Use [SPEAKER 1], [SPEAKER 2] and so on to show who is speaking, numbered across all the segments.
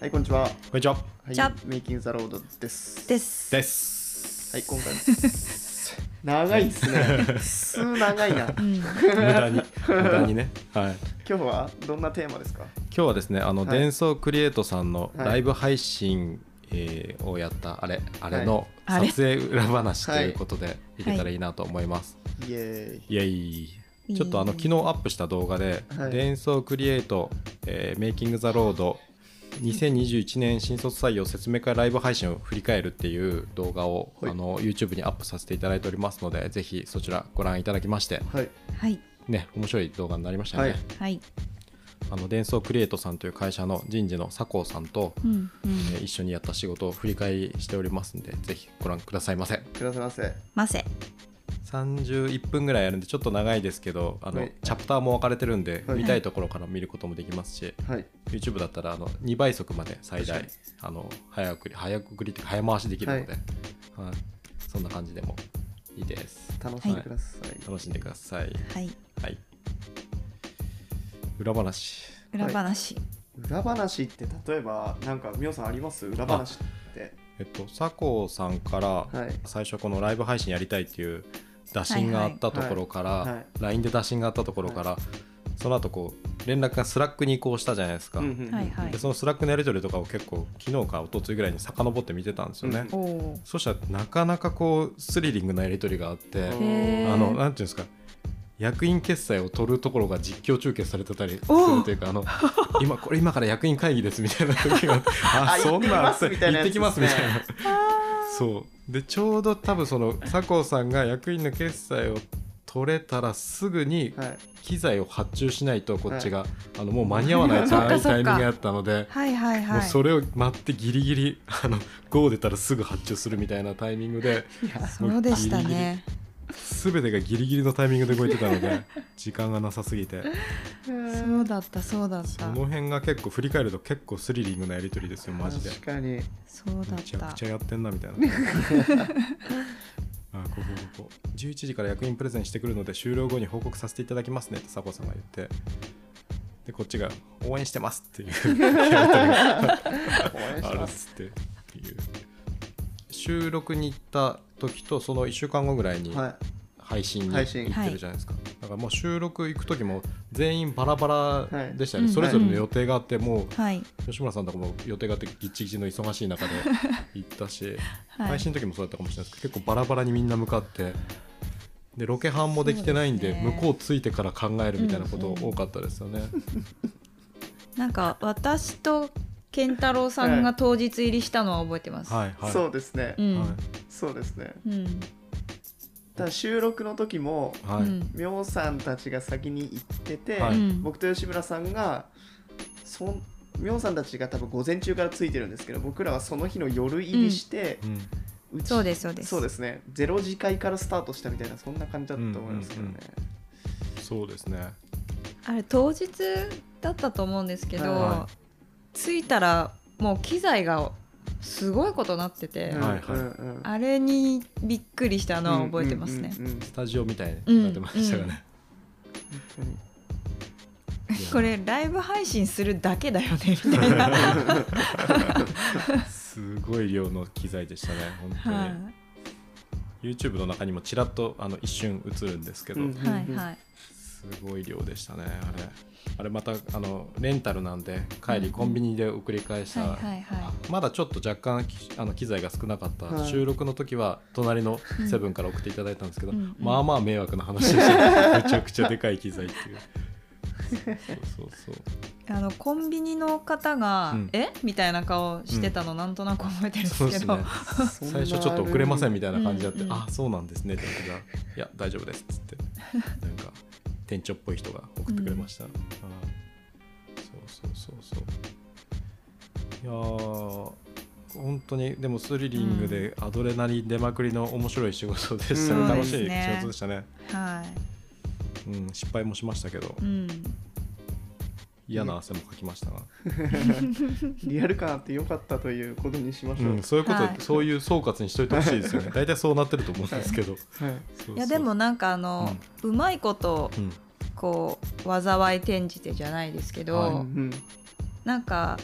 [SPEAKER 1] はい、こんにちは。
[SPEAKER 2] こんにちは。
[SPEAKER 1] はい
[SPEAKER 3] じゃあ、
[SPEAKER 1] メイキングザロードです。
[SPEAKER 3] です。
[SPEAKER 2] です。
[SPEAKER 1] はい、今回も。長いですね。普 通長いな。
[SPEAKER 3] うん、
[SPEAKER 2] 無駄に。無駄 にね。はい。
[SPEAKER 1] 今日はどんなテーマですか。
[SPEAKER 2] 今日はですね、あの、
[SPEAKER 1] はい
[SPEAKER 2] 伝送クリエイトさんの
[SPEAKER 1] はい
[SPEAKER 2] ライブ配信、えーをやったあれ、あれの
[SPEAKER 3] はいあれ
[SPEAKER 2] 撮影裏話ということで、いけたらいいなと思います。
[SPEAKER 1] イエーイ。
[SPEAKER 2] い、やいちょっとあの昨日アップした動画で、
[SPEAKER 1] はい
[SPEAKER 2] 伝送クリエイト、えーメイキングザロード2021年新卒採用説明会ライブ配信を振り返るっていう動画を、
[SPEAKER 1] はい
[SPEAKER 2] あの YouTube にアップさせていただいておりますのでぜひそちらご覧いただきまして
[SPEAKER 1] はい。
[SPEAKER 3] はい。
[SPEAKER 2] ね面白い動画になりましたよね、
[SPEAKER 1] はい
[SPEAKER 3] はい。
[SPEAKER 2] あの伝送クリエイトさんという会社の人事の佐藤さんと、
[SPEAKER 3] うん。うん。
[SPEAKER 2] えー一緒にやった仕事を振り返りしておりますんでぜひご覧くださいませ
[SPEAKER 1] くださいませ。
[SPEAKER 3] マセ。
[SPEAKER 2] 31分ぐらいあるんでちょっと長いですけどあの、
[SPEAKER 1] はい
[SPEAKER 2] チャプターも分かれてるんで、
[SPEAKER 1] はい
[SPEAKER 2] 見たいところから見ることもできますし
[SPEAKER 1] はい。
[SPEAKER 2] YouTube だったらあの2倍速まで最大
[SPEAKER 1] 確
[SPEAKER 2] あの早送り早送りっていうか早回しできるので、はいそんな感じでもいいです
[SPEAKER 1] 楽しんでください。
[SPEAKER 2] 楽しんでください、
[SPEAKER 3] はい。
[SPEAKER 2] はい、裏話
[SPEAKER 3] 裏話。
[SPEAKER 1] 裏話って例えば、なんか、みおさんあります裏話って。
[SPEAKER 2] えっと佐藤さんから
[SPEAKER 1] はい。
[SPEAKER 2] 最初このライブ配信やりたいっていう打診があったところから、
[SPEAKER 1] いはいはい
[SPEAKER 2] LINE で打診があったところから、その後こう連絡がスラックに移行したじゃないですか、
[SPEAKER 1] うんうんうん
[SPEAKER 3] はいはい
[SPEAKER 2] で。そのスラックのやり取りとかを結構昨日か一昨日ぐらいに遡って見てたんですよね、
[SPEAKER 1] うん
[SPEAKER 3] おお。
[SPEAKER 2] そしたらなかなかこうスリリングなやり取りがあって、
[SPEAKER 3] へー
[SPEAKER 2] あのなんていうんですか役員決済を取るところが実況中継されてたりするというかあの今これ今から役員会議ですみたいな時があってあ
[SPEAKER 1] あ
[SPEAKER 2] そんな
[SPEAKER 1] 行ってきますみたいな
[SPEAKER 2] 行っ
[SPEAKER 1] やつで
[SPEAKER 2] て
[SPEAKER 1] す
[SPEAKER 2] き
[SPEAKER 1] ね
[SPEAKER 2] ますみたいなそうでちょうど多分その佐藤さんが役員の決済を取れたらすぐに
[SPEAKER 1] はい。
[SPEAKER 2] 機材を発注しないとこっちが、あのもう間に合 わないというタイミングがあったので。
[SPEAKER 3] はいはい
[SPEAKER 2] もう
[SPEAKER 3] はい。
[SPEAKER 2] それを待ってギリギリあの GO 出たらすぐ発注するみたいなタイミングで
[SPEAKER 1] いや
[SPEAKER 3] そうでしたね。
[SPEAKER 2] 全てがギリギリのタイミングで動いてたの で時間がなさすぎて
[SPEAKER 3] そうだったそうだっ
[SPEAKER 2] そ
[SPEAKER 3] た。
[SPEAKER 2] の辺が結構振り返ると結構スリリングなやり取りですよマジで
[SPEAKER 1] 確かに。
[SPEAKER 3] そうだ
[SPEAKER 2] めちゃ
[SPEAKER 3] っ
[SPEAKER 2] く
[SPEAKER 3] た
[SPEAKER 2] ちゃ。やってんなみたいなあここここ11時から役員プレゼンしてくるので終了後に報告させていただきますねって佐子さんが言ってでこっちが応援してますっていうやり取りが
[SPEAKER 1] 応援
[SPEAKER 2] あ
[SPEAKER 1] し
[SPEAKER 2] る
[SPEAKER 1] ま
[SPEAKER 2] っ
[SPEAKER 1] す。
[SPEAKER 2] つってっていう収録に行った時とその1週間後ぐらいに
[SPEAKER 1] は
[SPEAKER 2] 配信に行
[SPEAKER 1] 配
[SPEAKER 2] っ
[SPEAKER 1] 信
[SPEAKER 2] てるじゃないですか、だからもう収録行く時も全員バラバラでしたね、
[SPEAKER 3] はい
[SPEAKER 2] それぞれの予定があってもう
[SPEAKER 3] はい
[SPEAKER 2] 吉村さんとかも予定があってギッチギチの忙しい中で行ったし、
[SPEAKER 3] は
[SPEAKER 2] 配
[SPEAKER 3] い。
[SPEAKER 2] 信の時もそうだったかもしれないですけど結構バラバラにみんな向かってでロケハンもできてないんで
[SPEAKER 3] そうですね
[SPEAKER 2] 向こうついてから考えるみたいなこと多かったですよね、
[SPEAKER 3] なんか私と健太郎さんが当日入りしたのは覚えてます。
[SPEAKER 2] はい
[SPEAKER 1] い。
[SPEAKER 2] はい
[SPEAKER 1] そうですね
[SPEAKER 3] う。ん。
[SPEAKER 2] は
[SPEAKER 1] そうですね。
[SPEAKER 3] うん。
[SPEAKER 1] ただ収録の時も、
[SPEAKER 2] いはい、
[SPEAKER 3] うん
[SPEAKER 1] みょうさんたちが先に行ってて、
[SPEAKER 2] はい
[SPEAKER 3] うん
[SPEAKER 1] 僕と吉村さんがそんみょうさんたちが多分午前中からついてるんですけど僕らはその日の夜入りして、
[SPEAKER 2] うん
[SPEAKER 1] うち
[SPEAKER 3] そうですそうです。
[SPEAKER 1] そうですね0時会からスタートしたみたいなそんな感じだったと思いますけどね、
[SPEAKER 2] そうですね
[SPEAKER 3] あれ当日だったと思うんですけど、
[SPEAKER 1] は
[SPEAKER 3] 着いたらもう機材がすごいことになってて、
[SPEAKER 1] うん
[SPEAKER 2] はいはい
[SPEAKER 1] うんうん
[SPEAKER 3] あれにびっくりしたのは覚えてますね。
[SPEAKER 1] うんうんうん
[SPEAKER 2] スタジオみたいになってましたがね、いや
[SPEAKER 3] これライブ配信するだけだよねみたいな。
[SPEAKER 2] すごい量の機材でしたね本当に、
[SPEAKER 3] は
[SPEAKER 2] YouTube の中にもちらっとあの一瞬映るんですけど、
[SPEAKER 1] うん
[SPEAKER 3] いはいはい。
[SPEAKER 2] すごい量でしたねあれあれまたあのレンタルなんで帰りコンビニで送り返した、
[SPEAKER 3] はいはいは
[SPEAKER 2] まだちょっと若干きあの機材が少なかった、
[SPEAKER 1] はい
[SPEAKER 2] 収録の時は隣のセブンから送っていただいたんですけど、
[SPEAKER 3] うん
[SPEAKER 2] まあまあ迷惑な話でしためちゃくちゃでかい機材っていう そうそうそう
[SPEAKER 3] い。あのコンビニの方が、
[SPEAKER 2] うん
[SPEAKER 3] えみたいな顔してたのなんとなく覚えてるんです
[SPEAKER 2] そうで
[SPEAKER 3] け
[SPEAKER 2] す
[SPEAKER 3] ど。
[SPEAKER 2] ね 最初ちょっと遅れませんみたいな感じだって「
[SPEAKER 3] うんうん
[SPEAKER 2] あそうなんですね」って言ってたいや大丈夫です」っつって なんか店長っぽい人が送ってくれました、あーそうそうそうそういやー本当にでもスリリングでアドレナリン出まくりの面白い仕事でしたね、
[SPEAKER 1] うん
[SPEAKER 2] 楽
[SPEAKER 3] そう
[SPEAKER 2] し
[SPEAKER 3] で
[SPEAKER 2] い
[SPEAKER 3] すね
[SPEAKER 2] 仕事でしたね、
[SPEAKER 3] は
[SPEAKER 2] うん、失敗もしましたけど
[SPEAKER 3] い。うん。
[SPEAKER 2] 嫌な汗もかきましたが、
[SPEAKER 1] リアル感あってよかったということにしまし
[SPEAKER 2] う
[SPEAKER 1] ょう、
[SPEAKER 2] ん、そういうこと、
[SPEAKER 3] はい
[SPEAKER 2] そういう総括にしといてほしいですよ ね大体そうなってると思うんですけど、
[SPEAKER 1] はい
[SPEAKER 2] そう
[SPEAKER 3] いやでもなんかあの、うまいこと
[SPEAKER 2] そう、うん
[SPEAKER 3] こう災い転じてじゃないですけど、
[SPEAKER 2] は
[SPEAKER 1] う
[SPEAKER 2] い
[SPEAKER 1] んうん
[SPEAKER 3] なんか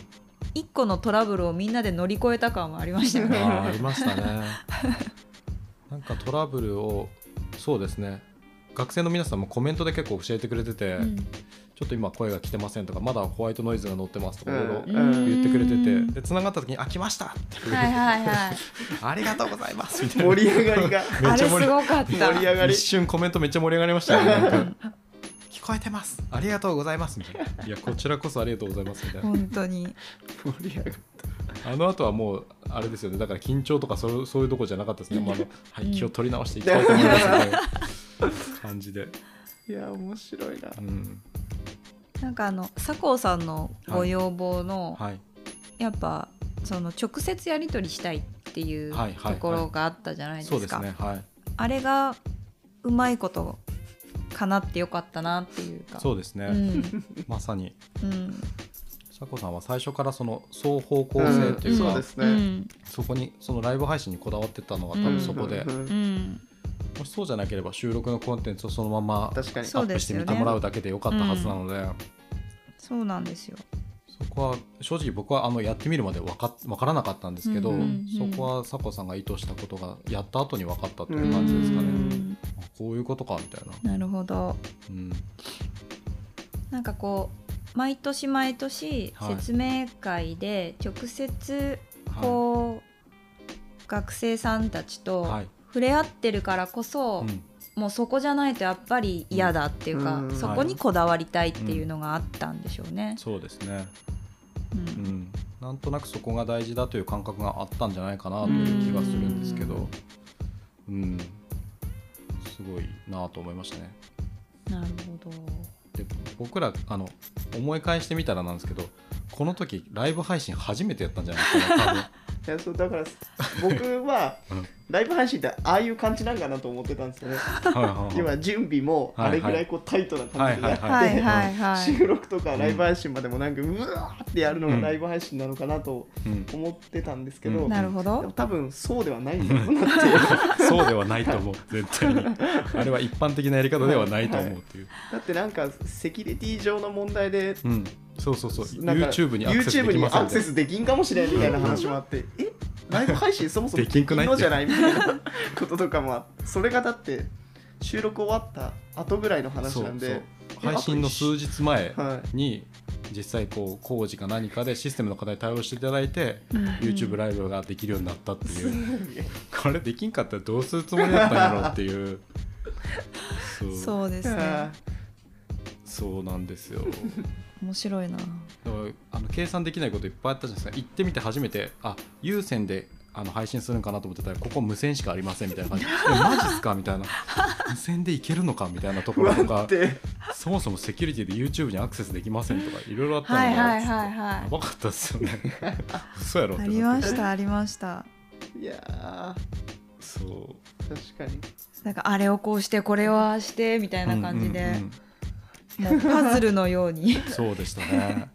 [SPEAKER 3] 一個のトラブルをみんなで乗り越えた感はありましたよね。
[SPEAKER 2] あーありましたねなんかトラブルをそうですね学生の皆さんもコメントで結構教えてくれてて、
[SPEAKER 3] うん
[SPEAKER 2] ちょっと今声が来てませんとかまだホワイトノイズが乗ってますとかいろいろ
[SPEAKER 1] うん
[SPEAKER 2] 言ってくれて
[SPEAKER 3] うん
[SPEAKER 2] てで繋がった時に「あ来ました!」っていう
[SPEAKER 3] はいはい はい。
[SPEAKER 2] ありがとうございます」みたいな
[SPEAKER 1] 盛り上がりが
[SPEAKER 2] め
[SPEAKER 3] あ
[SPEAKER 2] っちゃ
[SPEAKER 3] れす
[SPEAKER 2] 盛り
[SPEAKER 3] ごかっ
[SPEAKER 1] 盛
[SPEAKER 3] た。
[SPEAKER 1] り上がり
[SPEAKER 2] 一瞬コメントめっちゃ盛り上がりましたねなんか聞こえてますありがとうございますみたいないやこちらこそありがとうございますみたいな
[SPEAKER 3] 本当に。
[SPEAKER 1] 盛り上がり
[SPEAKER 2] あの後はもうあれですよねだから緊張とかそうそういうとこじゃなかったです ねもうあの、はい、気を取り直していきたいと思いますみたいな 感じで、
[SPEAKER 1] いや面白いな
[SPEAKER 2] うん、
[SPEAKER 3] なんかあの佐藤さんのご要望の、
[SPEAKER 2] はい
[SPEAKER 3] やっぱその直接やり取りしたいっていう
[SPEAKER 2] はいはいは
[SPEAKER 3] と
[SPEAKER 2] い
[SPEAKER 3] ころがあったじゃないですか。
[SPEAKER 2] そうですねはい
[SPEAKER 3] あれがうまいことかなってよかったなっていうか。
[SPEAKER 2] そうですね、
[SPEAKER 3] うん
[SPEAKER 2] まさに
[SPEAKER 3] うん。
[SPEAKER 2] 佐子さんは最初からその双方向性というか、
[SPEAKER 1] んそうですね
[SPEAKER 3] うん
[SPEAKER 2] そこにそのライブ配信にこだわってたのは多分そこで、
[SPEAKER 1] うんうんう
[SPEAKER 3] うんん
[SPEAKER 2] もしそうじゃなければ収録のコンテンツをそのままア
[SPEAKER 1] 確かに
[SPEAKER 3] そう
[SPEAKER 2] ップしてみてもらうだけでよかったはずなので。
[SPEAKER 3] そうなんですよ。
[SPEAKER 2] そこは正直僕はあのやってみるまでわかわからなかったんですけど、
[SPEAKER 3] うんうんうん
[SPEAKER 2] そこは佐子さんが意図したことがやった後に分かったという感じですかね、
[SPEAKER 3] うん
[SPEAKER 2] あこういうことかみたいな、
[SPEAKER 3] なるほど。
[SPEAKER 2] うん、
[SPEAKER 3] なんかこう毎年毎年
[SPEAKER 2] はい
[SPEAKER 3] 説明会で直接
[SPEAKER 2] は
[SPEAKER 3] こう、学生さんたちと
[SPEAKER 2] はい
[SPEAKER 3] 触れ合ってるからこそ、
[SPEAKER 2] い、うん
[SPEAKER 3] もうそこじゃないとやっぱり嫌だっていうか、
[SPEAKER 1] うん
[SPEAKER 3] そこにこだわりたいっていうのがあったんでしょうね。
[SPEAKER 2] そうですね、
[SPEAKER 3] う
[SPEAKER 2] うんん、なんとなくそこが大事だという感覚があったんじゃないかなという気がするんですけどうんすごいなと思いましたね
[SPEAKER 3] なるほど。
[SPEAKER 2] で僕らあの思い返してみたらなんですけどこの時ライブ配信初めてやったんじゃないかな多分
[SPEAKER 1] いやそうだから僕は
[SPEAKER 2] うん
[SPEAKER 1] ライブ配信ってああいう感じなんかなと思ってたんですよね
[SPEAKER 2] はいはいはい
[SPEAKER 1] 今準備もあれぐらいこうタイトな感じでやって、
[SPEAKER 2] はい
[SPEAKER 3] はいはい
[SPEAKER 1] 収録とかライブ配信までもなんかうわーってやるのがライブ配信なのかなと
[SPEAKER 2] うん
[SPEAKER 1] 思ってたんですけど、
[SPEAKER 2] うん
[SPEAKER 3] なるほど。
[SPEAKER 1] でも多分そうではないんだろうなって
[SPEAKER 2] そうではないと思う、絶対に。 あれは一般的なやり方ではないと思うっていう。
[SPEAKER 1] だってなんかセキュリティ上の問題で
[SPEAKER 2] うん、そうそうそう、
[SPEAKER 1] なんか
[SPEAKER 2] YouTube にアクセスで
[SPEAKER 1] YouTube
[SPEAKER 2] き
[SPEAKER 1] に
[SPEAKER 2] ませ
[SPEAKER 1] ア
[SPEAKER 2] ん
[SPEAKER 1] クセ
[SPEAKER 2] で。
[SPEAKER 1] スできんかもしれんみたいな話もあってえライブ配信そもそも
[SPEAKER 2] できんくない
[SPEAKER 1] のじゃないみたいなこととかもあそれがだって収録終わった後ぐらいの話なんで
[SPEAKER 2] そう配信の数日前
[SPEAKER 1] は
[SPEAKER 2] に、実際こう工事か何かでシステムの課題対応していただいて、YouTube ライブができるようになったっていう、 これできんかったらどうするつもりだったんやろっ ていう。そうそう
[SPEAKER 3] そうで
[SPEAKER 1] い
[SPEAKER 3] すね。
[SPEAKER 2] なんですよ。
[SPEAKER 3] 面白いな。
[SPEAKER 2] だからあの計算できないこといっぱいあったじゃないですか行ってみて初めてあ有線であの配信するんかなと思ってたらここ無線しかありませんみたいな感 じでえマジっすかみたいな無線でいけるのかみたいなところと
[SPEAKER 1] 不安
[SPEAKER 2] か
[SPEAKER 1] って
[SPEAKER 2] そもそもセキュリティで YouTube にアクセスできませんとかいろいろあったのが、
[SPEAKER 3] はいはいはい
[SPEAKER 2] や
[SPEAKER 3] は
[SPEAKER 2] ばかったですよね 嘘やろっ
[SPEAKER 3] い。
[SPEAKER 2] て
[SPEAKER 3] あ
[SPEAKER 2] なって
[SPEAKER 3] りましたありました。
[SPEAKER 1] いや
[SPEAKER 2] そう
[SPEAKER 1] ー確かに
[SPEAKER 3] なんかあれをこうしてこれをああしてみたいな感じ
[SPEAKER 2] うん
[SPEAKER 3] で
[SPEAKER 2] うんうん
[SPEAKER 3] もうパズルのように
[SPEAKER 2] そうでしたね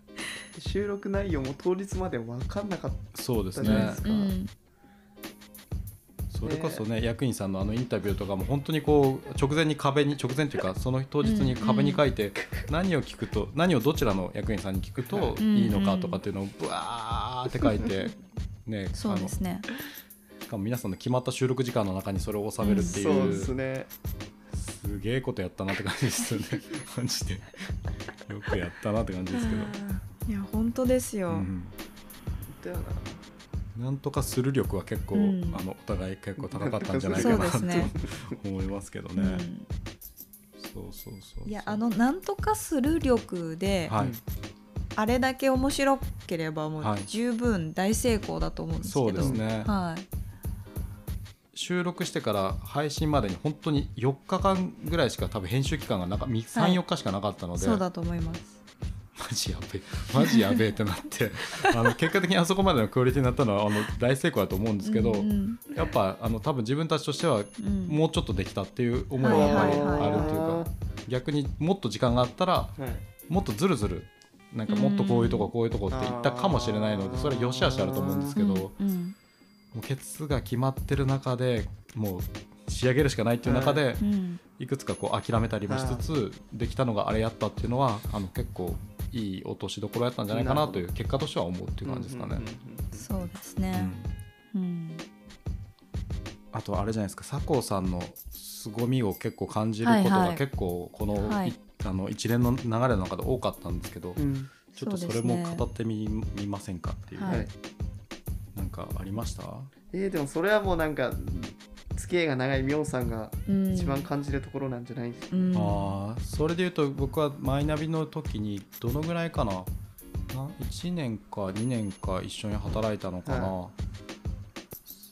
[SPEAKER 1] 収録内容も当日まで分かんなかっ
[SPEAKER 2] そうです
[SPEAKER 1] 大丈夫
[SPEAKER 2] ね
[SPEAKER 1] です
[SPEAKER 3] うん
[SPEAKER 2] それこそね、役員さんのあのインタビューとかも本当にこう直前に壁に直前というかその当日に壁に書いて何を聞くと何をどちらの役員さんに聞くといいのかとかっていうのをブワーって書い て。ね、
[SPEAKER 3] そう
[SPEAKER 2] あ
[SPEAKER 3] で
[SPEAKER 2] の
[SPEAKER 3] すね
[SPEAKER 2] しかも皆さんの決まった収録時間の中にそれを収める
[SPEAKER 1] た
[SPEAKER 2] ってい
[SPEAKER 1] そう
[SPEAKER 2] う,、
[SPEAKER 1] ですね
[SPEAKER 2] すげえことやったなって感じです よねマジでよくやったなって感じですけど、
[SPEAKER 3] いや本当ですよ、
[SPEAKER 2] うん
[SPEAKER 1] だよな
[SPEAKER 2] なんとかする力は結構、
[SPEAKER 3] うん
[SPEAKER 2] あのお互い結構高かったんじゃないかな
[SPEAKER 3] そうですね
[SPEAKER 2] と 思いますけど
[SPEAKER 3] う
[SPEAKER 2] ね、
[SPEAKER 3] ん
[SPEAKER 2] そうそうそうそう
[SPEAKER 3] いやあのなんとかする力で、
[SPEAKER 2] はい、
[SPEAKER 3] あれだけ面白ければもう
[SPEAKER 2] はい
[SPEAKER 3] 十分大成功だと思うんですけ
[SPEAKER 2] そ
[SPEAKER 3] ど、
[SPEAKER 2] うですね、
[SPEAKER 3] はい
[SPEAKER 2] 収録してから配信までに本当に4日間ぐらいしか多分編集期間がなか
[SPEAKER 3] はい
[SPEAKER 2] 34日しかなかったので、
[SPEAKER 3] そうだと思います
[SPEAKER 2] マジやべえマジやべえってなって あの結果的にあそこまでのクオリティになったのはあの大成功だと思うんですけど、
[SPEAKER 3] うんうん
[SPEAKER 2] やっぱあの多分自分たちとしては
[SPEAKER 3] うん
[SPEAKER 2] もうちょっとできたっていう思いはやっぱり
[SPEAKER 3] はいはい
[SPEAKER 2] あるというか、逆にもっと時間があったら
[SPEAKER 1] はい
[SPEAKER 2] もっとずるずるなんかもっとこういうとここういうとこって言ったかもしれないのでそれは良し悪しあると思うんですけど。
[SPEAKER 3] うん
[SPEAKER 2] もうケツが決まってる中でもう仕上げるしかないっていう中で、
[SPEAKER 3] うんうん
[SPEAKER 2] い、くつかこう諦めたりもしつつ、できたのがあれやったっていうのはあの結構いい落としどころやったんじゃないかなという結果としては思うっていう感じですかね。
[SPEAKER 1] うんうんうん
[SPEAKER 3] そうです
[SPEAKER 2] う
[SPEAKER 3] ね
[SPEAKER 2] ん
[SPEAKER 3] うん、
[SPEAKER 2] あとあれじゃないですか佐藤さんの凄みを結構感じること
[SPEAKER 3] はい
[SPEAKER 2] が
[SPEAKER 3] はい
[SPEAKER 2] 結構この,、
[SPEAKER 3] はい
[SPEAKER 2] あの一連の流れの中で多かったんですけど、
[SPEAKER 1] うんうん
[SPEAKER 2] ちょっとそれ
[SPEAKER 3] うです
[SPEAKER 2] も
[SPEAKER 3] ね
[SPEAKER 2] 語ってみ,、みませんかっていう、
[SPEAKER 3] はい
[SPEAKER 1] はい
[SPEAKER 2] なんかありました
[SPEAKER 1] えー、でもそれはもうなんか付き合いが長いミョンさんが
[SPEAKER 3] うん
[SPEAKER 1] 一番感じるところなんじゃないですか、
[SPEAKER 3] うん
[SPEAKER 2] あーそれでいうと僕はマイナビの時にどのぐらいかなな1年か2年か一緒に働いたのかな、
[SPEAKER 1] は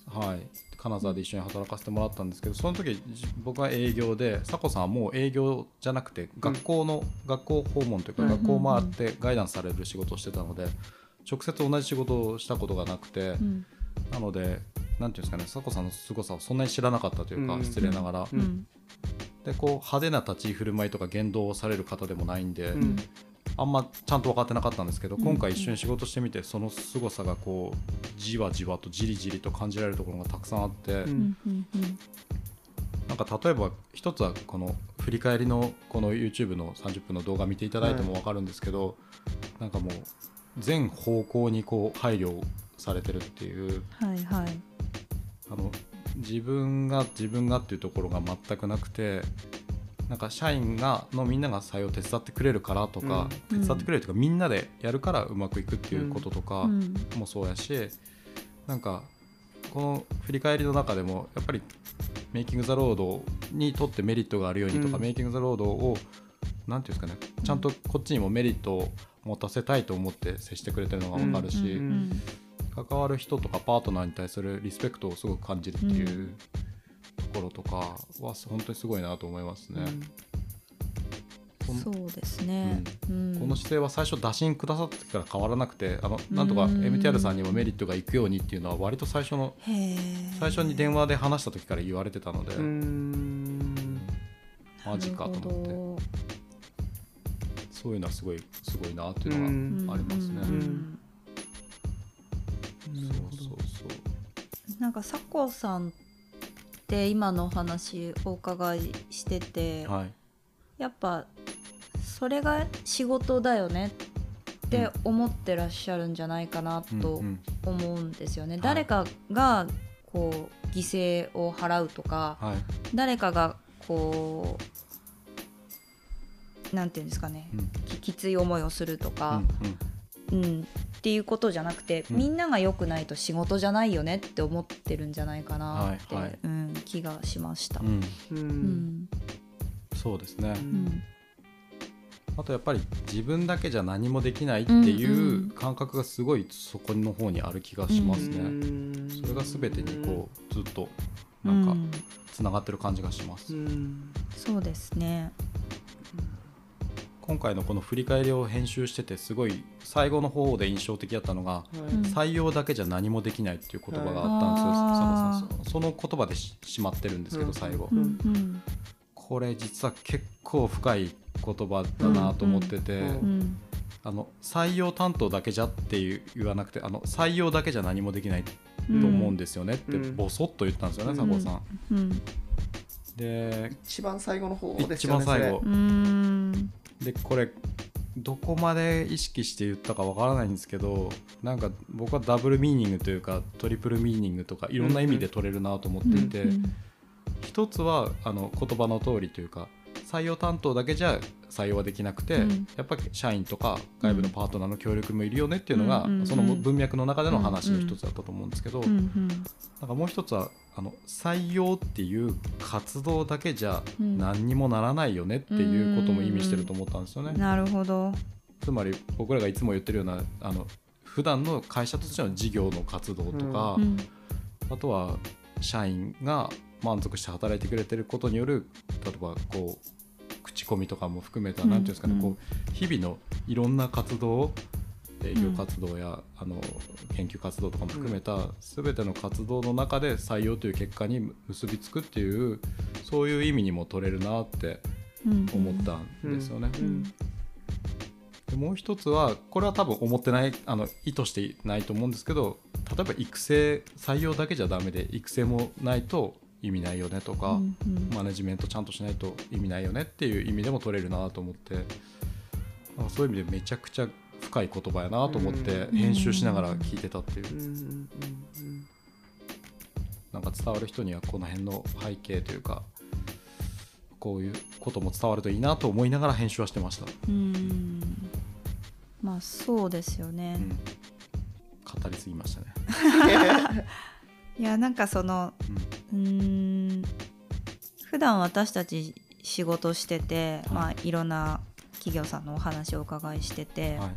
[SPEAKER 2] はい金沢で一緒に働かせてもらったんですけどその時じ僕は営業で佐子さんはもう営業じゃなくて学校の、学校訪問というか
[SPEAKER 1] うん
[SPEAKER 2] 学校を回ってガイダンスされる仕事をしてたので直接同じ仕事をしたことがなくて、
[SPEAKER 3] うん
[SPEAKER 2] なのでなんていうんですかね佐子さんの凄さをそんなに知らなかったというか、
[SPEAKER 1] うん
[SPEAKER 2] 失礼ながら。
[SPEAKER 3] うんうん
[SPEAKER 2] でこう派手な立ち居振る舞いとか言動をされる方でもないんで、
[SPEAKER 1] うん
[SPEAKER 2] あんまちゃんと分かってなかったんですけど、
[SPEAKER 3] うん
[SPEAKER 2] 今回一緒に仕事してみてその凄さがこうじわじわとじりじりと感じられるところがたくさんあって、
[SPEAKER 1] う
[SPEAKER 3] うんんうんうん
[SPEAKER 2] なんか例えば一つはこの振り返りのこの YouTube の30分の動画見ていただいても分かるんですけど、なんかもう全方向にこう配慮されてるっていう
[SPEAKER 3] はいはい
[SPEAKER 2] あの自分が自分がっていうところが全くなくてなんか社員がのみんなが採用手伝ってくれるからとか、
[SPEAKER 3] うん
[SPEAKER 2] 手伝ってくれるというかみんなでやるからうまくいくっていうこととか
[SPEAKER 3] うん
[SPEAKER 2] もそうやし、なんかこの振り返りの中でもやっぱり「メイキング・ザ・ロード」にとってメリットがあるようにとか「
[SPEAKER 1] うん
[SPEAKER 2] メイキング・ザ・ロード」をなんていうんですかねちゃんとこっちにもメリットを持たせたいと思って接してくれてるのが分かるし。
[SPEAKER 3] うんうん
[SPEAKER 2] 関わる人とかパートナーに対するリスペクトをすごく感じるっていうところとかは本当にすごいなと思いますね。こん
[SPEAKER 3] そうですね、うん
[SPEAKER 2] この姿勢は最初打診くださった時から変わらなくてあのなんとか
[SPEAKER 3] うん
[SPEAKER 2] MTR さんにもメリットがいくようにっていうのは割と最初の
[SPEAKER 3] へえ
[SPEAKER 2] 最初に電話で話した時から言われてたので、
[SPEAKER 1] うーん
[SPEAKER 2] マジかと
[SPEAKER 3] なる
[SPEAKER 2] 思って
[SPEAKER 3] ほど
[SPEAKER 2] そういうのはすごいすごいなって
[SPEAKER 1] う
[SPEAKER 2] いうの
[SPEAKER 1] ん
[SPEAKER 2] が、ありますね
[SPEAKER 3] うん
[SPEAKER 2] そうそうそう
[SPEAKER 3] なんか佐藤さんって今のお話お伺いしてて、
[SPEAKER 2] はい
[SPEAKER 3] やっぱそれが仕事だよねって思ってらっしゃるんじゃないかな
[SPEAKER 2] うん
[SPEAKER 3] と
[SPEAKER 2] うん
[SPEAKER 3] 思うんですよね。
[SPEAKER 2] い
[SPEAKER 3] 誰かがこう犠牲を払うとか、
[SPEAKER 2] はい
[SPEAKER 3] 誰かがこうなんていうんですかね、
[SPEAKER 2] うん
[SPEAKER 3] ききつい思いをすると
[SPEAKER 2] う
[SPEAKER 3] か、
[SPEAKER 2] んうん
[SPEAKER 3] うん、っていうことじゃなくて、
[SPEAKER 2] うん
[SPEAKER 3] みんなが良くないと仕事じゃないよねって思ってるんじゃないかなって、
[SPEAKER 2] はいはい
[SPEAKER 3] うん、気がしました。
[SPEAKER 2] うん
[SPEAKER 1] う
[SPEAKER 3] うんん
[SPEAKER 2] そうですね、
[SPEAKER 1] うん
[SPEAKER 3] うん
[SPEAKER 2] あとやっぱり自分だけじゃ何もできないって
[SPEAKER 3] うん
[SPEAKER 2] いううん感覚がすごいそこの方にある気がしますね、
[SPEAKER 1] うん
[SPEAKER 2] それが全てにこうずっとなん
[SPEAKER 3] う
[SPEAKER 2] か
[SPEAKER 3] ん
[SPEAKER 2] つながってる感じがします、
[SPEAKER 1] うん
[SPEAKER 3] そうですね。
[SPEAKER 2] 今回のこの振り返りを編集しててすごい最後の方で印象的だったのが
[SPEAKER 1] はい
[SPEAKER 3] うん
[SPEAKER 2] 採用だけじゃ何もできないっていう言葉があったんですよ、佐賀さんその言葉でししまってるんですけ
[SPEAKER 1] う
[SPEAKER 2] ど
[SPEAKER 1] ん
[SPEAKER 2] 最後、
[SPEAKER 1] うん
[SPEAKER 3] うん
[SPEAKER 2] これ実は結構深い言葉だなと思ってて、
[SPEAKER 1] うんうん
[SPEAKER 3] うん
[SPEAKER 2] あの採用担当だけじゃっていう言わなくてあの採用だけじゃ何もできないと
[SPEAKER 3] うん
[SPEAKER 2] 思うんですよねって
[SPEAKER 1] うん
[SPEAKER 2] ボソッと言ったんですよね、
[SPEAKER 1] うん
[SPEAKER 2] 佐藤さん。
[SPEAKER 3] うん
[SPEAKER 2] で
[SPEAKER 1] 一番最後の方です
[SPEAKER 2] 一
[SPEAKER 1] よね
[SPEAKER 2] 番最後
[SPEAKER 3] うーん
[SPEAKER 2] でこれどこまで意識して言ったかわからないんですけどなんか僕はダブルミーニングというかトリプルミーニングとかいろんな意味で取れるなと思っていて、
[SPEAKER 3] うん
[SPEAKER 2] 一つはあの言葉の通りというか採用担当だけじゃ採用はできなくて、
[SPEAKER 3] うん
[SPEAKER 2] やっぱり社員とか外部のパートナーの協力もいるよねっていうのが、
[SPEAKER 3] うんうんうん
[SPEAKER 2] その文脈の中での話の一つだったと思うんですけど、
[SPEAKER 3] うん
[SPEAKER 2] なんかもう一つはあの採用っていう活動だけじゃ
[SPEAKER 3] うん
[SPEAKER 2] 何にもならないよねっていうことも意味してると思ったんですよね。
[SPEAKER 3] なるほど。
[SPEAKER 2] つまり僕らがいつも言ってるようなあの普段の会社としての事業の活動とか、
[SPEAKER 3] うん
[SPEAKER 2] あとは社員が満足して働いてくれてることによる例えばこう口コミとかも含めた
[SPEAKER 3] うん
[SPEAKER 2] 何ていうんですかね、
[SPEAKER 3] うん
[SPEAKER 2] こう日々のいろんな活動営業
[SPEAKER 3] うん
[SPEAKER 2] 活動や、あの研究活動とかも含めた全ての活動の中で採用という結果に結びつくっていうそういう意味にも取れるなって
[SPEAKER 3] うん
[SPEAKER 2] 思ったんですよね。
[SPEAKER 3] うん
[SPEAKER 2] でもう一つはこれは多分思ってないあの意図してないと思うんですけど例えば育成採用だけじゃダメで育成もないと意味ないよねとか、
[SPEAKER 3] うんうん
[SPEAKER 2] マネジメントちゃんとしないと意味ないよねっていう意味でも取れるなと思ってあそういう意味でめちゃくちゃ深い言葉やなと思って
[SPEAKER 1] うん
[SPEAKER 2] 編集しながら聞いてたっていう、
[SPEAKER 1] うんうんうんうん
[SPEAKER 2] なんか伝わる人にはこの辺の背景というかこういうことも伝わるといいなと思いながら編集はしてました、
[SPEAKER 3] うんまあそうですよね、
[SPEAKER 2] うん、語りすぎましたね、
[SPEAKER 3] いやなんかそのうーん普段私たち仕事してて、
[SPEAKER 2] い
[SPEAKER 3] まあ、いろんな企業さんのお話をお伺いして
[SPEAKER 2] う
[SPEAKER 3] て、
[SPEAKER 2] んはい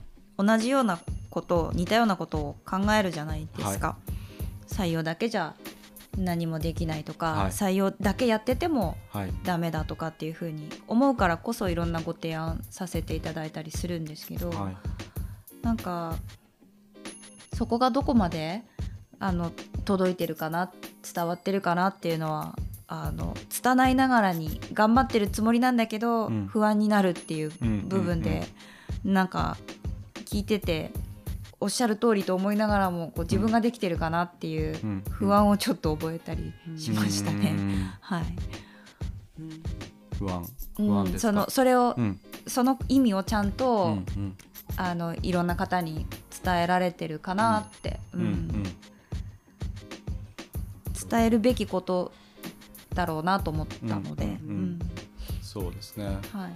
[SPEAKER 3] 同じようなことを似たようなことを考えるじゃないですか、採用だけじゃ何もできないとか、
[SPEAKER 2] はい
[SPEAKER 3] 採用だけやってても
[SPEAKER 2] はい
[SPEAKER 3] ダメだとかっていうふうに思うからこそいろんなご提案させていただいたりするんですけど、
[SPEAKER 2] はい
[SPEAKER 3] なんかそこがどこまであの届いてるかな伝わってるかなっていうのはあの拙いながらに頑張ってるつもりなんだけど、
[SPEAKER 2] うん
[SPEAKER 3] 不安になるっていう
[SPEAKER 2] うん
[SPEAKER 3] 部分で、なんか聞いてておっしゃる通りと思いながらもこう自分ができてるかなっていう
[SPEAKER 2] うんうん
[SPEAKER 3] 不安をちょっと覚えたりしましたね。
[SPEAKER 2] うん
[SPEAKER 3] はい、
[SPEAKER 1] うん
[SPEAKER 2] 不安
[SPEAKER 3] う
[SPEAKER 2] 不安
[SPEAKER 3] ん
[SPEAKER 2] ですか
[SPEAKER 3] そのそれを、
[SPEAKER 2] うん
[SPEAKER 3] その意味をちゃんと、
[SPEAKER 2] うんうん
[SPEAKER 3] あのいろんな方に伝えられてるかなって、う
[SPEAKER 2] うんんうん
[SPEAKER 3] 伝えるべきことだろうなと思ったので、
[SPEAKER 2] うん
[SPEAKER 3] う
[SPEAKER 2] うんんそうですね
[SPEAKER 3] はい、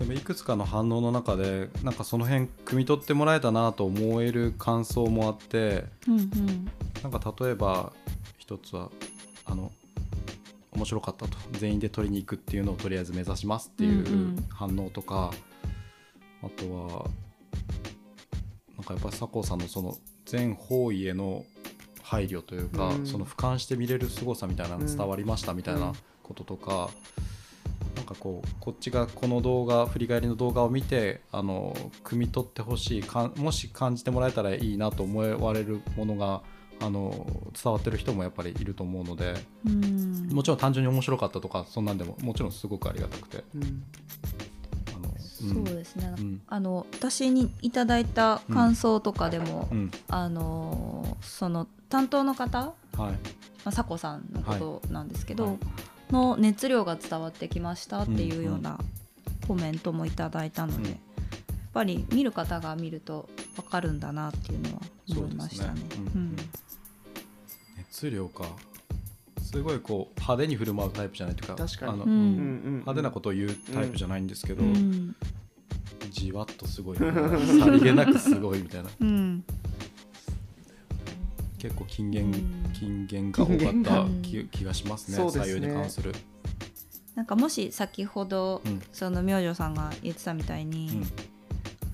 [SPEAKER 2] でもいくつかの反応の中でなんかその辺汲み取ってもらえたなと思える感想もあって
[SPEAKER 3] うんうん
[SPEAKER 2] なんか例えば一つはあの面白かったと全員で取りに行くっていうのをとりあえず目指しますってい
[SPEAKER 3] んうん
[SPEAKER 2] う反応とか、あとはなんかやっぱり佐藤さんのその全方位への配慮というか、
[SPEAKER 1] うん
[SPEAKER 2] その俯瞰して見れる凄さみたいなのが伝わりましたみたいなこととか、なんかこうこっちがこの動画振り返りの動画を見てあの汲み取ってほしいかんもし感じてもらえたらいいなと思われるものがあの伝わってる人もやっぱりいると思うので
[SPEAKER 3] うん
[SPEAKER 2] もちろん単純に面白かったとかそんなんでももちろんすごくありがたくて
[SPEAKER 1] うん
[SPEAKER 2] あの
[SPEAKER 3] そうですね、
[SPEAKER 2] うん
[SPEAKER 3] あの私にいただいた感想とかでも、
[SPEAKER 2] うん
[SPEAKER 3] あのその担当の方、
[SPEAKER 2] うんはい
[SPEAKER 3] まあ、佐子さんのことなんですけど、
[SPEAKER 2] はい
[SPEAKER 3] の熱量が伝わってきましたっていうようなコメントもいただいたので、
[SPEAKER 2] うん
[SPEAKER 3] やっぱり見る方が見ると分かるんだなっていうのは思いましたね
[SPEAKER 2] そうですね。
[SPEAKER 3] うん
[SPEAKER 2] 熱量かすごいこう派手に振る舞うタイプじゃないというか
[SPEAKER 1] 確かに
[SPEAKER 2] あの
[SPEAKER 3] うん
[SPEAKER 1] うんうん
[SPEAKER 2] 派手なことを言うタイプじゃないんですけど、
[SPEAKER 3] うん
[SPEAKER 2] じわっとすごいさりげなくすごいみたいな
[SPEAKER 3] うん
[SPEAKER 2] 結構金言
[SPEAKER 3] うん
[SPEAKER 2] 金言が多かった
[SPEAKER 3] う
[SPEAKER 2] 気気がしますね
[SPEAKER 1] そうですね
[SPEAKER 2] 採用に関する。
[SPEAKER 3] なんかもし先ほど、
[SPEAKER 2] うん
[SPEAKER 3] その明星さんが言ってたみたいに、
[SPEAKER 2] うん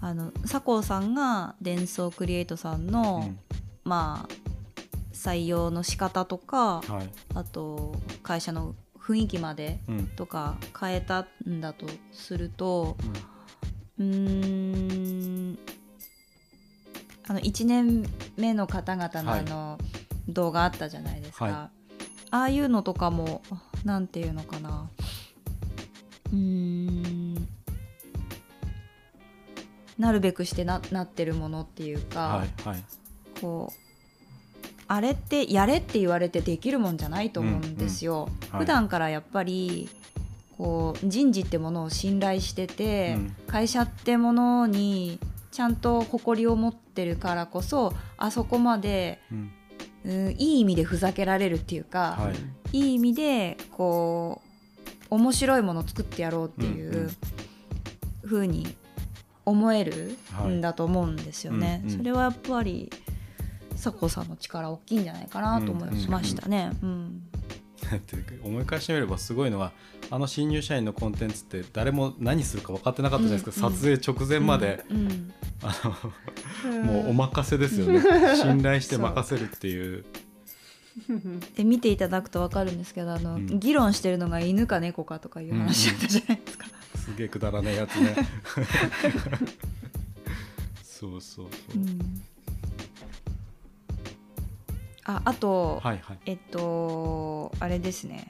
[SPEAKER 3] あの佐藤さんが「伝送クリエイト」さん
[SPEAKER 2] う
[SPEAKER 3] の、
[SPEAKER 2] ん
[SPEAKER 3] まあ採用の仕方とか
[SPEAKER 2] はい
[SPEAKER 3] あと会社の雰囲気まで
[SPEAKER 2] うんうん
[SPEAKER 3] とか変えたんだとするとうーんあの1年目の方々の
[SPEAKER 2] はい
[SPEAKER 3] あの動画あったじゃないですか、
[SPEAKER 2] はい
[SPEAKER 3] ああいうのとかもなんていうのかなうーんなるべくしてななってるものっていうか、
[SPEAKER 2] はいはい
[SPEAKER 3] こうあれってやれって言われてできるもんじゃないと思うんです
[SPEAKER 2] う
[SPEAKER 3] よ。
[SPEAKER 2] んはい
[SPEAKER 3] 普段からやっぱりこう人事ってものを信頼してて、
[SPEAKER 2] うん
[SPEAKER 3] 会社ってものにちゃんと誇りを持ってるからこそあそこまで、
[SPEAKER 2] うん
[SPEAKER 3] うん、いい意味でふざけられるっていうか、
[SPEAKER 2] はい
[SPEAKER 3] い、い意味でこう面白いものを作ってやろうってい
[SPEAKER 2] うんう
[SPEAKER 3] うん風に思えるんだと思うんですよね。
[SPEAKER 2] はいうんうん
[SPEAKER 3] それはやっぱり佐子さんの力大きいんじゃないかなと思いましたね。うん
[SPEAKER 2] って思い返してみればすごいのはあの新入社員のコンテンツって誰も何するか分かってなかったじゃないですか、
[SPEAKER 3] うんうん
[SPEAKER 2] 撮影直前まで、
[SPEAKER 3] うん
[SPEAKER 2] あ
[SPEAKER 3] うん
[SPEAKER 2] のもうお任せですよね信頼して任せるっていう
[SPEAKER 3] で見ていただくと分かるんですけどあの、
[SPEAKER 2] うん
[SPEAKER 3] 議論してるのが犬か猫かとかいう話だったじゃないですか。
[SPEAKER 2] すげえくだらねえやつねそう そうそう、
[SPEAKER 3] うんああと、
[SPEAKER 2] はいはい
[SPEAKER 3] えっとあれですね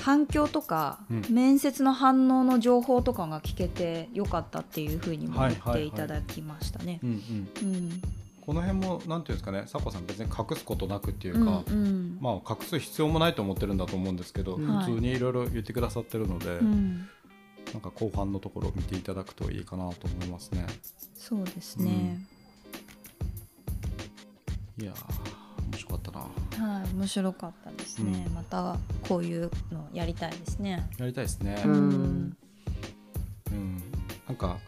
[SPEAKER 3] 反響とか、
[SPEAKER 2] うん
[SPEAKER 3] 面接の反応の情報とかが聞けてよかったっていうふうにも
[SPEAKER 2] は
[SPEAKER 3] 言
[SPEAKER 2] い
[SPEAKER 3] っ
[SPEAKER 2] はいは
[SPEAKER 3] て
[SPEAKER 2] い
[SPEAKER 3] いただきましたね
[SPEAKER 2] う。んうん
[SPEAKER 3] うん
[SPEAKER 2] この辺もなんていうんですかね佐子さん別に隠すことなくっていう
[SPEAKER 3] う
[SPEAKER 2] か、
[SPEAKER 3] んうん
[SPEAKER 2] まあ隠す必要もないと思ってるんだと思うんですけど、
[SPEAKER 1] うん
[SPEAKER 2] 普通にいろいろ言ってくださってるので、
[SPEAKER 3] うん
[SPEAKER 2] なんか後半のところを見ていただくといいかなと思いますね
[SPEAKER 3] そうですね、
[SPEAKER 2] いやー面白かったな
[SPEAKER 3] はい、面白かったですね、
[SPEAKER 2] うん
[SPEAKER 3] またこういうのやりたいですね
[SPEAKER 2] やりたいですね、
[SPEAKER 1] うん
[SPEAKER 2] うん、なんか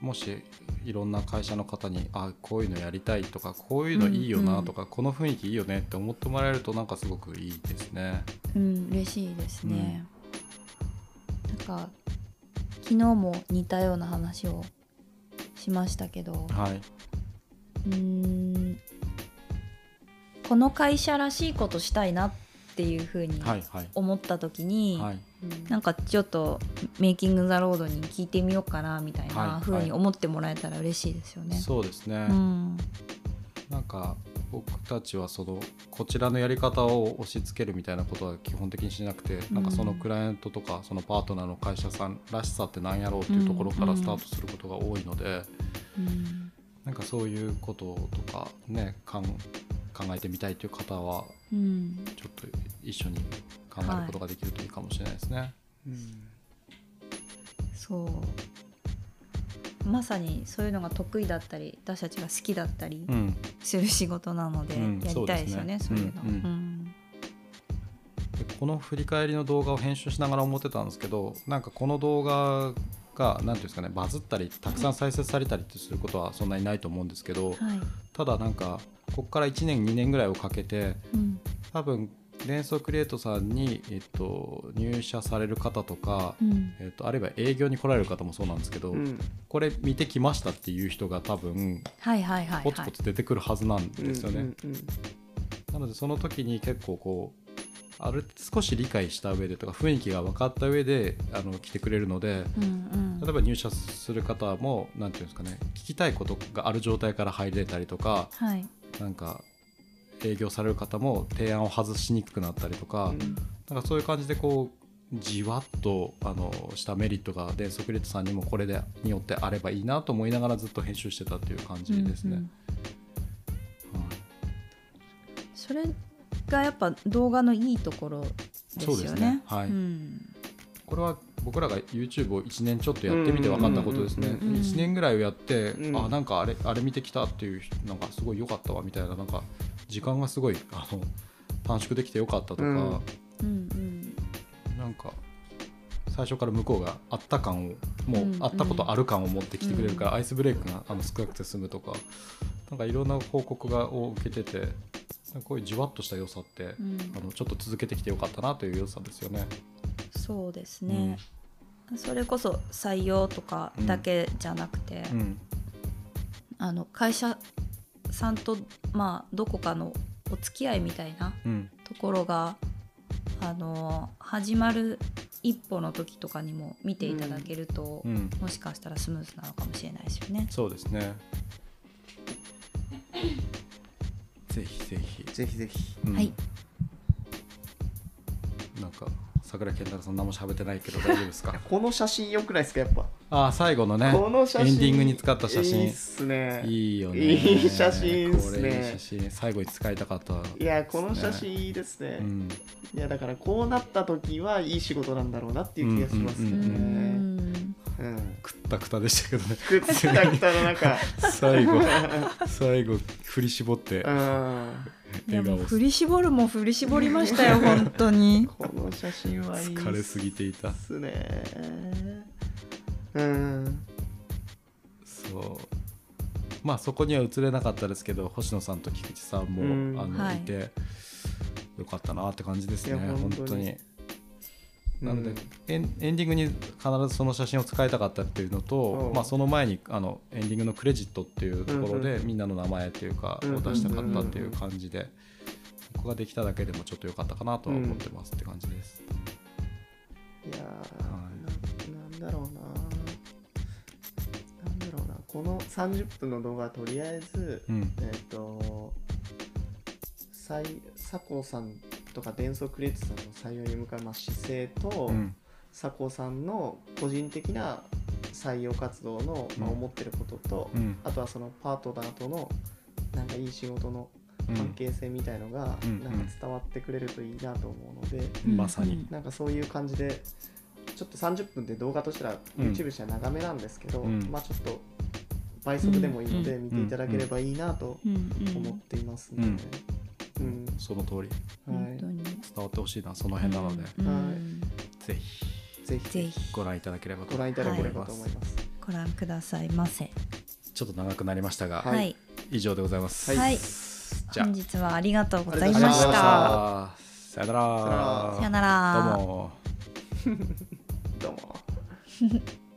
[SPEAKER 2] もしいろんな会社の方にあこういうのやりたいとかこういうのいいよなとか、この雰囲気いいよねって思ってもらえるとなんかすごくいいですね。
[SPEAKER 3] うん嬉しいですね、なんか昨日も似たような話をしましたけど
[SPEAKER 2] はい、
[SPEAKER 3] うーんこの会社らしいことしたいなっていうふうに
[SPEAKER 2] はい、はい、
[SPEAKER 3] 思った時に、
[SPEAKER 2] はい、
[SPEAKER 3] なんかちょっとメイキング・ザ・ロードに聞いてみようかなみたい
[SPEAKER 2] は
[SPEAKER 3] ないふうに思ってもらえたら嬉しいですよね。
[SPEAKER 2] そうですね、
[SPEAKER 3] うん
[SPEAKER 2] なんか僕たちはそのこちらのやり方を押し付けるみたいなことは基本的にしなくて、なんかそのクライアントとかそのパートナーの会社さんらしさってなんやろうっていうところからスタートすることが多いので、
[SPEAKER 3] うん
[SPEAKER 2] なんかそういうこととかねかん考えてみたいという方は
[SPEAKER 3] うん
[SPEAKER 2] ちょっと一緒に考えることができるといいかもしれないですね。
[SPEAKER 1] うん
[SPEAKER 3] そうまさにそういうのが得意だったり私たちが好きだったり
[SPEAKER 2] うん、
[SPEAKER 3] する仕事なので、
[SPEAKER 2] うん
[SPEAKER 3] やりたいですよね
[SPEAKER 2] そ
[SPEAKER 3] そうう
[SPEAKER 2] です
[SPEAKER 3] い
[SPEAKER 2] ね
[SPEAKER 3] うの。
[SPEAKER 2] うんでこの振り返りの動画を編集しながら思ってたんですけどなんかこの動画が何ていうんですかねバズったりたくさん再生されたりってすることはそんなにないと思うんですけど
[SPEAKER 3] うんはい
[SPEAKER 2] ただなんかここから1年2年ぐらいをかけて
[SPEAKER 3] うん
[SPEAKER 2] 多分連想クリエイトさんに、えっと、入社される方とか、
[SPEAKER 3] うん
[SPEAKER 2] えっと、あるいは営業に来られる方もそうなんですけど、
[SPEAKER 1] うん
[SPEAKER 2] これ見てきましたっていう人が多分
[SPEAKER 3] はいはいはい
[SPEAKER 2] ポツ
[SPEAKER 3] は
[SPEAKER 2] ポ
[SPEAKER 3] い。
[SPEAKER 2] ツ出てくるはずなんですよね。
[SPEAKER 1] うんうんうん
[SPEAKER 2] なのでその時に結構こうある少し理解した上でとか雰囲気が分かった上であの来てくれるので
[SPEAKER 3] うんうん
[SPEAKER 2] 例えば入社する方も何て言うんですかね聞きたいことがある状態から入れたりとか
[SPEAKER 3] はい
[SPEAKER 2] なんか営業される方も提案を外しにくくなったりとか、なんかそういう感じでこうじわっとあのしたメリットがでソクレットさんにもこれでによってあればいいなと思いながらずっと編集してたっていう感じですね。
[SPEAKER 3] うんうんそれがやっぱ動画のいいところですよ
[SPEAKER 2] そ
[SPEAKER 3] ね。
[SPEAKER 2] うですねはい
[SPEAKER 3] うん
[SPEAKER 2] これは僕らが YouTube を1年ちょっとやってみて分かったことですね、
[SPEAKER 1] うん
[SPEAKER 3] うんうんうん
[SPEAKER 2] 1年ぐらいをやって、
[SPEAKER 1] うん
[SPEAKER 2] あなんかあれあれ見てきたっていうなんかすごい良かったわみたいななんか時間がすごいあの短縮できて良かったとか、
[SPEAKER 1] うん
[SPEAKER 3] うん
[SPEAKER 2] なんか最初から向こうがあった感をもう、
[SPEAKER 3] うんうん
[SPEAKER 2] あったことある感を持ってきてくれるから、
[SPEAKER 3] うん
[SPEAKER 2] アイスブレイクがあの少なくて済むとかなんかいろんな報告がを受けててなんかこういうじわっとした良さって、
[SPEAKER 3] うんうん
[SPEAKER 2] あのちょっと続けてきて良かったなという良さですよね。
[SPEAKER 3] そうですね、それこそ採用とかだけじゃなくて、
[SPEAKER 2] うんうん
[SPEAKER 3] あの会社さんとまあどこかのお付き合いみたいな
[SPEAKER 2] うん
[SPEAKER 3] ところがあの始まる一歩の時とかにも見ていただけると、
[SPEAKER 2] うん
[SPEAKER 3] もしかしたらスムーズなのかもしれないですよね。
[SPEAKER 2] そうですね。 ぜひぜひ。
[SPEAKER 1] ぜひぜひ。
[SPEAKER 2] うん
[SPEAKER 3] はい。
[SPEAKER 2] なんか桜井健太郎さん何も喋ってないけど大丈夫です か
[SPEAKER 1] この写真良くないですかやっぱ
[SPEAKER 2] ああ最後のね。
[SPEAKER 1] この写真
[SPEAKER 2] エンディングに使った写真
[SPEAKER 1] いいっすねい
[SPEAKER 2] いいよね。
[SPEAKER 1] いい写真っすね
[SPEAKER 2] これいい写真。最後に使いたかった。
[SPEAKER 1] やこの写真いいですね
[SPEAKER 2] うん。
[SPEAKER 1] いやだからこうなった時はいい仕事なんだろうなっていう気がしますよ
[SPEAKER 2] う
[SPEAKER 1] ね
[SPEAKER 3] ん
[SPEAKER 1] うん
[SPEAKER 2] くったくたでしたけどね。
[SPEAKER 1] くったくたの中
[SPEAKER 2] 最後最後振り絞って
[SPEAKER 1] うん
[SPEAKER 3] いや
[SPEAKER 2] 笑顔
[SPEAKER 3] もう振り絞るも振り絞りましたよ本当に。
[SPEAKER 1] この写真はいいっ
[SPEAKER 2] 疲れすぎていた。
[SPEAKER 1] すねうん
[SPEAKER 2] そうまあそこには映れなかったですけど星野さんと菊池さんも、
[SPEAKER 1] うん
[SPEAKER 2] あの
[SPEAKER 3] はい
[SPEAKER 2] い、てよかったなって感じですね
[SPEAKER 1] いや
[SPEAKER 2] 本
[SPEAKER 1] 本
[SPEAKER 2] 当
[SPEAKER 1] 当
[SPEAKER 2] に
[SPEAKER 1] に
[SPEAKER 2] なので、
[SPEAKER 1] うん
[SPEAKER 2] エンエンディングに必ずその写真を使いたかったっていうのと
[SPEAKER 1] う、ん
[SPEAKER 2] まあ、その前にあのエンディングのクレジットっていうところで、
[SPEAKER 1] うんう
[SPEAKER 2] みんなの名前というか
[SPEAKER 1] うんうん
[SPEAKER 2] を出したかったっていう感じで、そこができただけでもちょっと良かったかなとは思ってますって感じです、
[SPEAKER 1] いやーななんだろうななんだろうなこの30分の動画はとりあえず
[SPEAKER 2] うん
[SPEAKER 1] えっ、とさい佐藤さんとか伝送クリエイトさんの採用に向かうまあ姿勢と、
[SPEAKER 2] うん
[SPEAKER 1] 佐藤さんの個人的な採用活動の、まあ、
[SPEAKER 2] うん
[SPEAKER 1] 思ってることと、
[SPEAKER 2] うん
[SPEAKER 1] あとはそのパートナーとのなんかいい仕事の
[SPEAKER 2] うん
[SPEAKER 1] 関係性みたいのが
[SPEAKER 2] うん
[SPEAKER 1] なんか伝わってくれるといいなと思うので、
[SPEAKER 2] まさに
[SPEAKER 1] なんかそういう感じでちょっと30分で動画としたら
[SPEAKER 2] うん
[SPEAKER 1] YouTube したら長めなんですけど、
[SPEAKER 2] うん
[SPEAKER 1] まあちょっと倍速でもいいので
[SPEAKER 3] う
[SPEAKER 1] 見ていただければいいなと
[SPEAKER 3] うんうん
[SPEAKER 1] 思っていますね。うん、
[SPEAKER 2] その通り伝
[SPEAKER 1] は
[SPEAKER 3] 本当に
[SPEAKER 2] わってほしいなその辺なので、
[SPEAKER 3] うん
[SPEAKER 2] ぜひ
[SPEAKER 1] い、ぜひ
[SPEAKER 3] ぜひ
[SPEAKER 2] ご覧いただければと
[SPEAKER 1] ご覧いただければと思います。
[SPEAKER 3] ご覧くださいませ
[SPEAKER 2] ちょっと長くなりましたが、
[SPEAKER 1] はい
[SPEAKER 3] はい
[SPEAKER 2] 以上でございます、
[SPEAKER 3] はい
[SPEAKER 2] じゃあ
[SPEAKER 3] 本日はありがとうござい
[SPEAKER 1] あ
[SPEAKER 3] ま
[SPEAKER 1] りがとう
[SPEAKER 3] し
[SPEAKER 1] ございました
[SPEAKER 2] あーさよなら
[SPEAKER 1] さよなら
[SPEAKER 3] さよなら
[SPEAKER 2] どうも
[SPEAKER 1] どうも。